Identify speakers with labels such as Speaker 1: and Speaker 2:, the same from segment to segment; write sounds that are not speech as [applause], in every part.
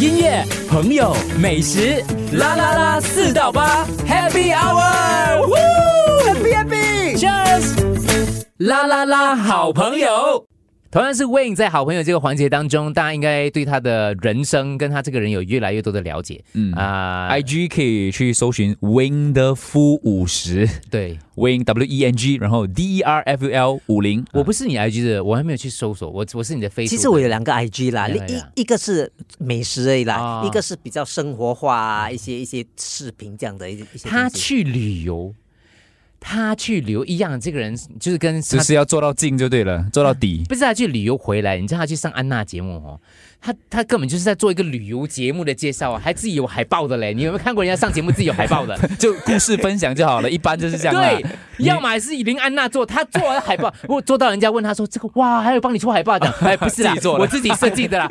Speaker 1: 音乐、朋友、美食，啦啦啦，四到八，Happy Hour，Happy Happy，Cheers，啦啦啦，好朋友。同样是 Wayne 在好朋友这个环节当中，大家应该对他的人生跟他这个人有越来越多的了解。嗯啊、
Speaker 2: IG 可以去搜寻 Wing 的负五十
Speaker 1: 对。
Speaker 2: Wing W E N G，然后 D E R F U L 五零。
Speaker 1: 我不是你 IG 的，我还没有去搜索，我我是你的 Facebook。
Speaker 3: 其实我有两个 IG 啦，
Speaker 1: 两个呀
Speaker 3: 一一个是美食而已啦，
Speaker 1: 啊
Speaker 3: 一个是比较生活化啊，一些一些视频这样的一些一些
Speaker 1: 他
Speaker 3: 东西。
Speaker 1: 去旅游，他去旅游一样，这个人就是跟他
Speaker 2: 就是要做到尽就对了，做到
Speaker 1: [laughs]
Speaker 2: 底。
Speaker 1: 不是他去旅游回来，你知道他去上安娜节目哦，他他根本就是在做一个旅游节目的介绍啊，还自己有海报的嘞。你有没有看过人家上节目自己有海报的？
Speaker 2: 就故事分享就好了，一般就是这样啊啦。
Speaker 1: 对，要么是林安娜做，她做完海报，如果做到人家问她说这个哇，还有帮你出海
Speaker 2: [laughs]
Speaker 1: 报的，哎，不是啦
Speaker 2: 自己做，的
Speaker 1: 我自己设计的
Speaker 2: [laughs]
Speaker 1: 啦。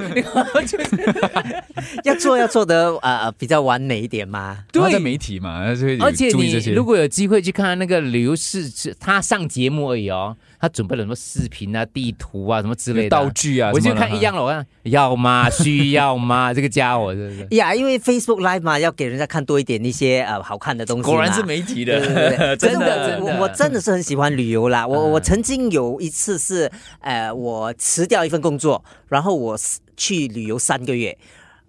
Speaker 1: [laughs]
Speaker 3: 要做要做的呃呃比较完美一点
Speaker 1: [laughs]
Speaker 3: 嘛。
Speaker 2: 然后在
Speaker 1: 对
Speaker 2: 媒体嘛，就会
Speaker 1: 而且
Speaker 2: 注意这
Speaker 1: 你
Speaker 2: 些。
Speaker 1: 如果有机会去看那个旅游是他上节目而已哦，他准备了很多视频啊、地图啊什么之类的啊
Speaker 2: 道具啊，
Speaker 1: 我
Speaker 2: 什
Speaker 1: 就
Speaker 2: 么的
Speaker 1: 看一样了，我看要吗？需要吗？这个家伙真
Speaker 3: [laughs]
Speaker 1: 是。
Speaker 3: 呀因为 Facebook Live 嘛，要给人家看多一点一些呃好看的东西嘛。
Speaker 2: 果然是媒体
Speaker 3: 对对对对
Speaker 2: 的，
Speaker 3: 真
Speaker 1: 真的
Speaker 3: 的，
Speaker 1: 真
Speaker 3: 我
Speaker 1: 的
Speaker 3: 我真的是很喜欢旅游啦。我我曾经有一次是，呃，我辞掉一份工作，然后我是去旅游三个月。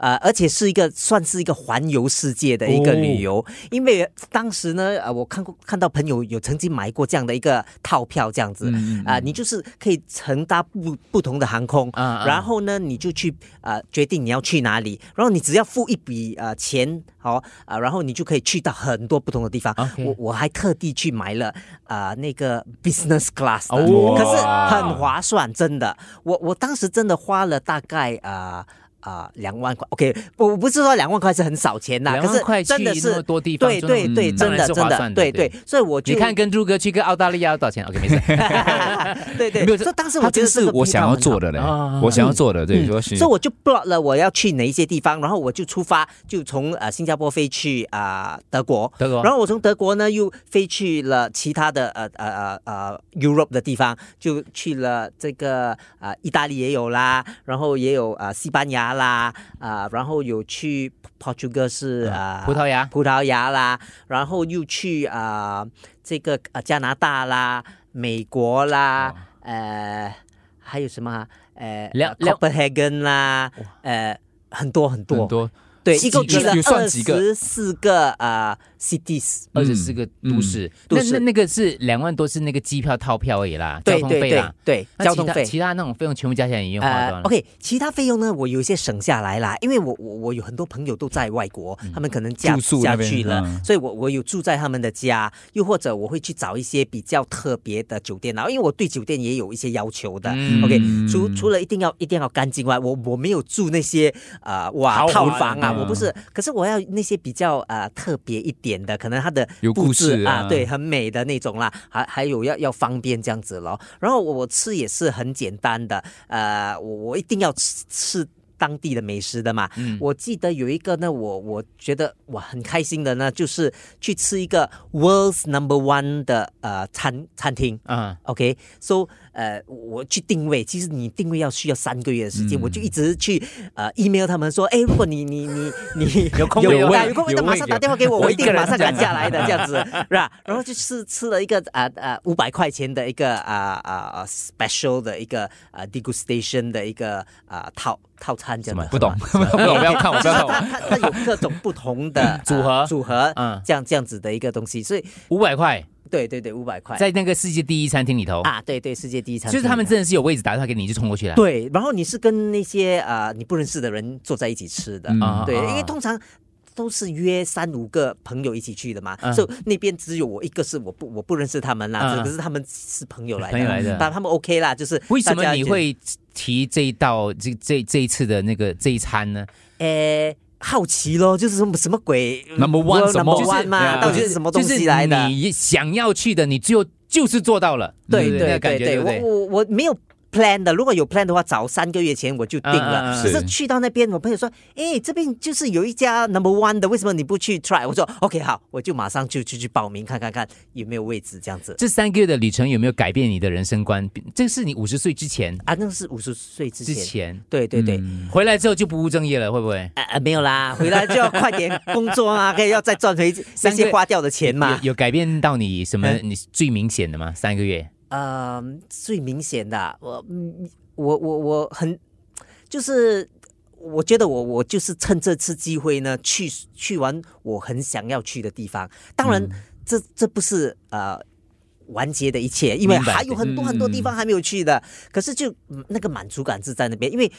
Speaker 3: 呃，而且是一个算是一个环游世界的一个旅游，因为当时呢，呃，我看过看到朋友有曾经买过这样的一个套票，这样子，啊、你就是可以乘搭不不同的航空，
Speaker 1: 啊啊
Speaker 3: 然后呢，你就去呃决定你要去哪里，然后你只要付一笔呃钱，好、啊、然后你就可以去到很多不同的地方。
Speaker 1: OK
Speaker 3: 啊我我还特地去买了啊、呃那个 business class，的、
Speaker 2: 哦
Speaker 3: 可是很划算，真的。我我当时真的花了大概啊。呃啊，两、万块，OK，我我不是说两万块是很少钱呐，
Speaker 1: 2
Speaker 3: 可
Speaker 1: 万
Speaker 3: 是
Speaker 1: 块
Speaker 3: 真的
Speaker 1: 去
Speaker 3: 是
Speaker 1: 那么多地方
Speaker 3: 对
Speaker 1: 真的
Speaker 3: 对对，
Speaker 2: 嗯
Speaker 3: 真
Speaker 1: 当然
Speaker 3: 的
Speaker 1: 是
Speaker 3: 真
Speaker 1: 划算的
Speaker 3: 的，对
Speaker 1: 对
Speaker 3: 对，所以我就
Speaker 1: 你看，跟朱哥去个澳大利亚要多少钱？OK，没事。
Speaker 3: [laughs] 对对
Speaker 1: 没有，
Speaker 3: 所以当时
Speaker 2: 他
Speaker 3: 我
Speaker 2: 真
Speaker 3: 觉得
Speaker 2: 是我想要做的
Speaker 3: 的。
Speaker 2: 嘞
Speaker 1: 啊，
Speaker 2: 我想要做的，对，说是
Speaker 3: 嗯所以我就 block 了我要去哪一些地方，然后我就出发，就从呃新加坡飞去啊、呃德国，
Speaker 1: 德国
Speaker 3: [laughs] 然后我从德国呢又飞去了其他的呃呃呃呃 Europe 的地方，就去了这个呃意大利也有啦，然后也有呃西班牙啦，啊、然后有去 Portugal 是啊、呃
Speaker 1: 葡萄牙
Speaker 3: 葡萄牙啦，然后又去啊、呃这个呃加拿大啦、美国啦，呃还有什么、啊？呃
Speaker 1: 了了
Speaker 3: Copenhagen 啦，呃很多很多，
Speaker 2: 很多
Speaker 3: 对，
Speaker 2: 十几
Speaker 3: 一共去了
Speaker 2: 有
Speaker 3: 二
Speaker 2: 算几个
Speaker 3: 十四个啊、呃 cities。
Speaker 2: 嗯
Speaker 1: 二十四个都市，
Speaker 3: 都
Speaker 1: 那
Speaker 3: 市
Speaker 1: 那那个是两万多，是那个机票套票而已啦，交
Speaker 3: 对
Speaker 1: 通
Speaker 3: 对
Speaker 1: 费
Speaker 3: 对
Speaker 1: 啦。
Speaker 3: 对，
Speaker 1: 那
Speaker 3: 交
Speaker 1: 其
Speaker 3: 通
Speaker 1: 他
Speaker 3: 费
Speaker 1: 其他那种费用全部加起来已经花
Speaker 3: 呃
Speaker 1: 光了。
Speaker 3: ，OK，其他费用呢，我有一些省下来啦，因为我我我有很多朋友都在外国，他们可能嫁
Speaker 2: 住宿
Speaker 3: 嫁
Speaker 2: 那边
Speaker 3: 去了，
Speaker 2: 嗯
Speaker 3: 所以我我有住在他们的家，又或者我会去找一些比较特别的酒店啦，因为我对酒店也有一些要求的。
Speaker 1: 嗯
Speaker 3: OK，除除了一定要一定要干净外，我我没有住那些呃哇
Speaker 1: 豪华
Speaker 3: 套房啊，
Speaker 2: 的
Speaker 3: 我不是，可是我要那些比较呃特别一点的，可能它的
Speaker 2: 有
Speaker 3: 布
Speaker 2: 故
Speaker 3: 置
Speaker 2: 事
Speaker 3: 啊，
Speaker 2: 啊
Speaker 3: 对，很美的那种啦，还还有要要方便这样子咯。然后我我吃也是很简单的，呃，我我一定要吃吃。当地的美食的嘛，
Speaker 2: 嗯
Speaker 3: 我记得有一个呢，我我觉得哇很开心的呢，就是去吃一个 World's Number One 的呃餐餐厅，
Speaker 1: 啊，
Speaker 3: OK，so、呃，我去定位，其实你定位要需要三个月的时
Speaker 1: 嗯
Speaker 3: 间，我就一直去呃 email 他们说，哎，如果你你你你有
Speaker 1: 空 [laughs]
Speaker 3: 有啊
Speaker 1: 有位
Speaker 3: 有空位的
Speaker 2: 有
Speaker 3: 马
Speaker 2: 位
Speaker 3: 上
Speaker 2: 给
Speaker 3: 打电话给我，
Speaker 1: 我
Speaker 3: 我
Speaker 1: 一
Speaker 3: 一定
Speaker 1: 个人
Speaker 3: 马上
Speaker 1: 这样
Speaker 3: 赶下来的这样子，是吧？然后就是吃了一个啊啊五百块钱的一个啊啊啊 special 的一个啊 degustation 的一个啊套套餐这样子，
Speaker 2: 不
Speaker 3: [laughs]
Speaker 2: 懂，不懂，我不要看，我不
Speaker 3: 就是
Speaker 2: 要看
Speaker 3: 它它它有各种不同的、啊
Speaker 1: [laughs] 组合
Speaker 3: 组合，
Speaker 1: 嗯
Speaker 3: 嗯，这样这样子的一个东西，所以
Speaker 1: 五百块
Speaker 3: 对对对，五百块
Speaker 1: 在那个世界第一餐厅里头，
Speaker 3: 啊，对对，世界第一餐
Speaker 1: 就是他们
Speaker 3: 厅
Speaker 1: 真的是有位置打电话给你，你就冲过去了。
Speaker 3: 对，然后你是跟那些啊、呃你不认识的人坐在一起吃的，
Speaker 2: 嗯
Speaker 1: 啊，
Speaker 3: 对，因为
Speaker 1: 啊
Speaker 3: 通常。都是约三五个朋友一起去的嘛，
Speaker 1: 嗯
Speaker 3: 所以那边只有我一个是我不我不认识他们啦，
Speaker 1: 嗯
Speaker 3: 只可是他们是朋友来的，
Speaker 1: 朋友来的
Speaker 3: 但他们 OK 啦，就是
Speaker 1: 为什
Speaker 3: 大
Speaker 1: 么
Speaker 3: 家
Speaker 1: 你
Speaker 3: 觉得
Speaker 1: 会提这一道这这这一次的那个这一餐呢？
Speaker 3: 诶好奇咯，就是什么什么鬼
Speaker 2: Number one 什么
Speaker 3: number one
Speaker 2: 就
Speaker 3: 嘛，
Speaker 2: 是
Speaker 3: 到底是什么东西来的？
Speaker 1: 就是你想要去的，你就就是做到了，
Speaker 3: 对
Speaker 1: 不
Speaker 3: 对
Speaker 1: 那个感觉对不
Speaker 3: 对，
Speaker 1: 对？
Speaker 3: 我我我没有 plan 的，如果有 plan 的话，早三个月前我就定
Speaker 1: 嗯嗯嗯
Speaker 3: 了。可是
Speaker 2: 是
Speaker 3: 去到那边，我朋友说，哎，这边就是有一家 number one 的，为什么你不去 try？我说 OK 好，我就马上就就去报名看看看有没有位置这样子。
Speaker 1: 这三个月的旅程有没有改变你的人生观？这是你五十岁之前
Speaker 3: 啊，那是五十岁之
Speaker 1: 之
Speaker 3: 前。
Speaker 1: 前，
Speaker 3: 对对对。
Speaker 1: 嗯回来之后就不务正业了，会不会？
Speaker 3: 呃呃，没有啦，回来就要快点工作啊， [laughs] 可以要再赚回那
Speaker 1: 三个
Speaker 3: 些花掉的钱嘛
Speaker 1: 有。有改变到你什
Speaker 3: 哎
Speaker 1: 么？你最明显的吗？三个月
Speaker 3: 呃，最明显的啊，我嗯我我我很，就是我觉得我我就是趁这次机会呢，去去玩我很想要去的地方。当
Speaker 1: 嗯
Speaker 3: 然，这这不是呃。完结的一切，因为
Speaker 1: 明白
Speaker 3: 还有很多
Speaker 1: 嗯
Speaker 3: 很多地方还没有去的，可是就嗯那个满足感是在那边。因为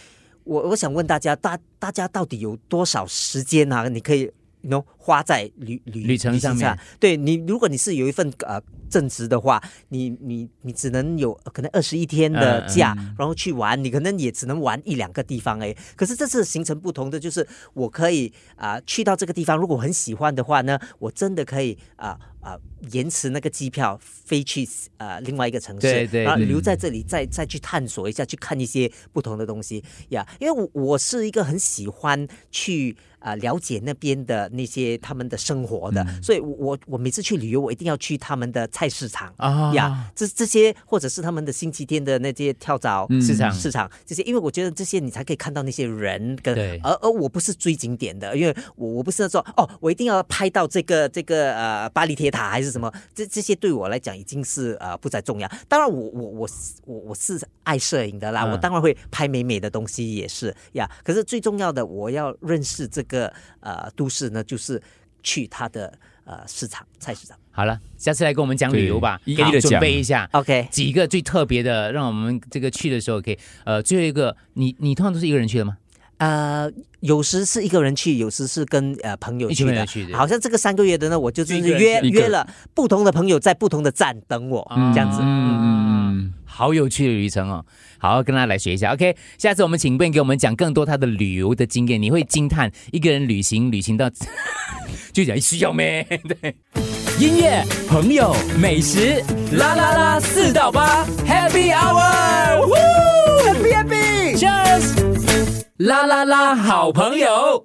Speaker 3: 我我想问大家，大大家到底有多少时间啊？你可以，你 know, 花在旅旅
Speaker 1: 旅程上面
Speaker 3: 对你，如果你是有一份呃正职的话，你你你只能有呃可能二十一天的
Speaker 1: 嗯
Speaker 3: 假，然后去玩，你可能也只能玩一两个地方哎。可是这次行程不同的就是，我可以啊、去到这个地方，如果我很喜欢的话呢，我真的可以啊啊、延迟那个机票飞去呃另外一个城市，
Speaker 1: 对对嗯
Speaker 3: 然后
Speaker 1: 对
Speaker 3: 留在这里再再去探索一下，去看一些不同的东西呀。因为我我是一个很喜欢去啊、呃了解那边的那些他们的生活的，
Speaker 1: 嗯
Speaker 3: 所以我我我每次去旅游，我一定要去他们的菜市场
Speaker 1: 啊
Speaker 3: 呀，这这些或者是他们的星期天的那些跳蚤、
Speaker 1: 市场
Speaker 3: 市场这些，因为我觉得这些你才可以看到那些人跟
Speaker 1: 对，
Speaker 3: 而而我不是追景点的，因为我我不是说哦，我一定要拍到这个这个呃巴黎铁塔还是什么，这这些对我来讲已经是呃不再重要。当然我，我我是我我是爱摄影的啦，
Speaker 1: 嗯
Speaker 3: 我当然会拍美美的东西也是呀。可是最重要的，我要认识这个呃都市呢，就是去它的呃市场菜市场。
Speaker 1: 好了，下次来跟我们讲旅游吧，
Speaker 2: 对
Speaker 1: 给
Speaker 2: 一一
Speaker 1: 你
Speaker 2: 地
Speaker 1: 准
Speaker 2: 讲
Speaker 1: 备一下。
Speaker 3: OK，
Speaker 1: 几个最特别的，让我们这个去的时候可以。呃，最后一个，你你通常都是一个人去的吗？
Speaker 3: 呃，有时是一个人去，有时是跟呃朋友
Speaker 1: 一
Speaker 3: 去
Speaker 1: 群
Speaker 3: 的
Speaker 1: 人。去的
Speaker 3: 好像这个三个月的呢，我就真
Speaker 1: 一
Speaker 3: 是
Speaker 1: 个人
Speaker 3: 约
Speaker 2: 一个
Speaker 3: 约了不同的朋友在不同的站等我，这样子。
Speaker 1: 嗯嗯，好有趣的旅程哦，好好跟他来学一下。OK，下次我们请 Ben 给我们讲更多他的旅游的经验，你会惊叹一个人旅行旅行到 [laughs] 就讲需要咩？ [laughs] 对，音乐、朋友、美食，啦啦啦，四到八，Happy Hour，Happy Happy，Cheers，啦啦啦，好朋友。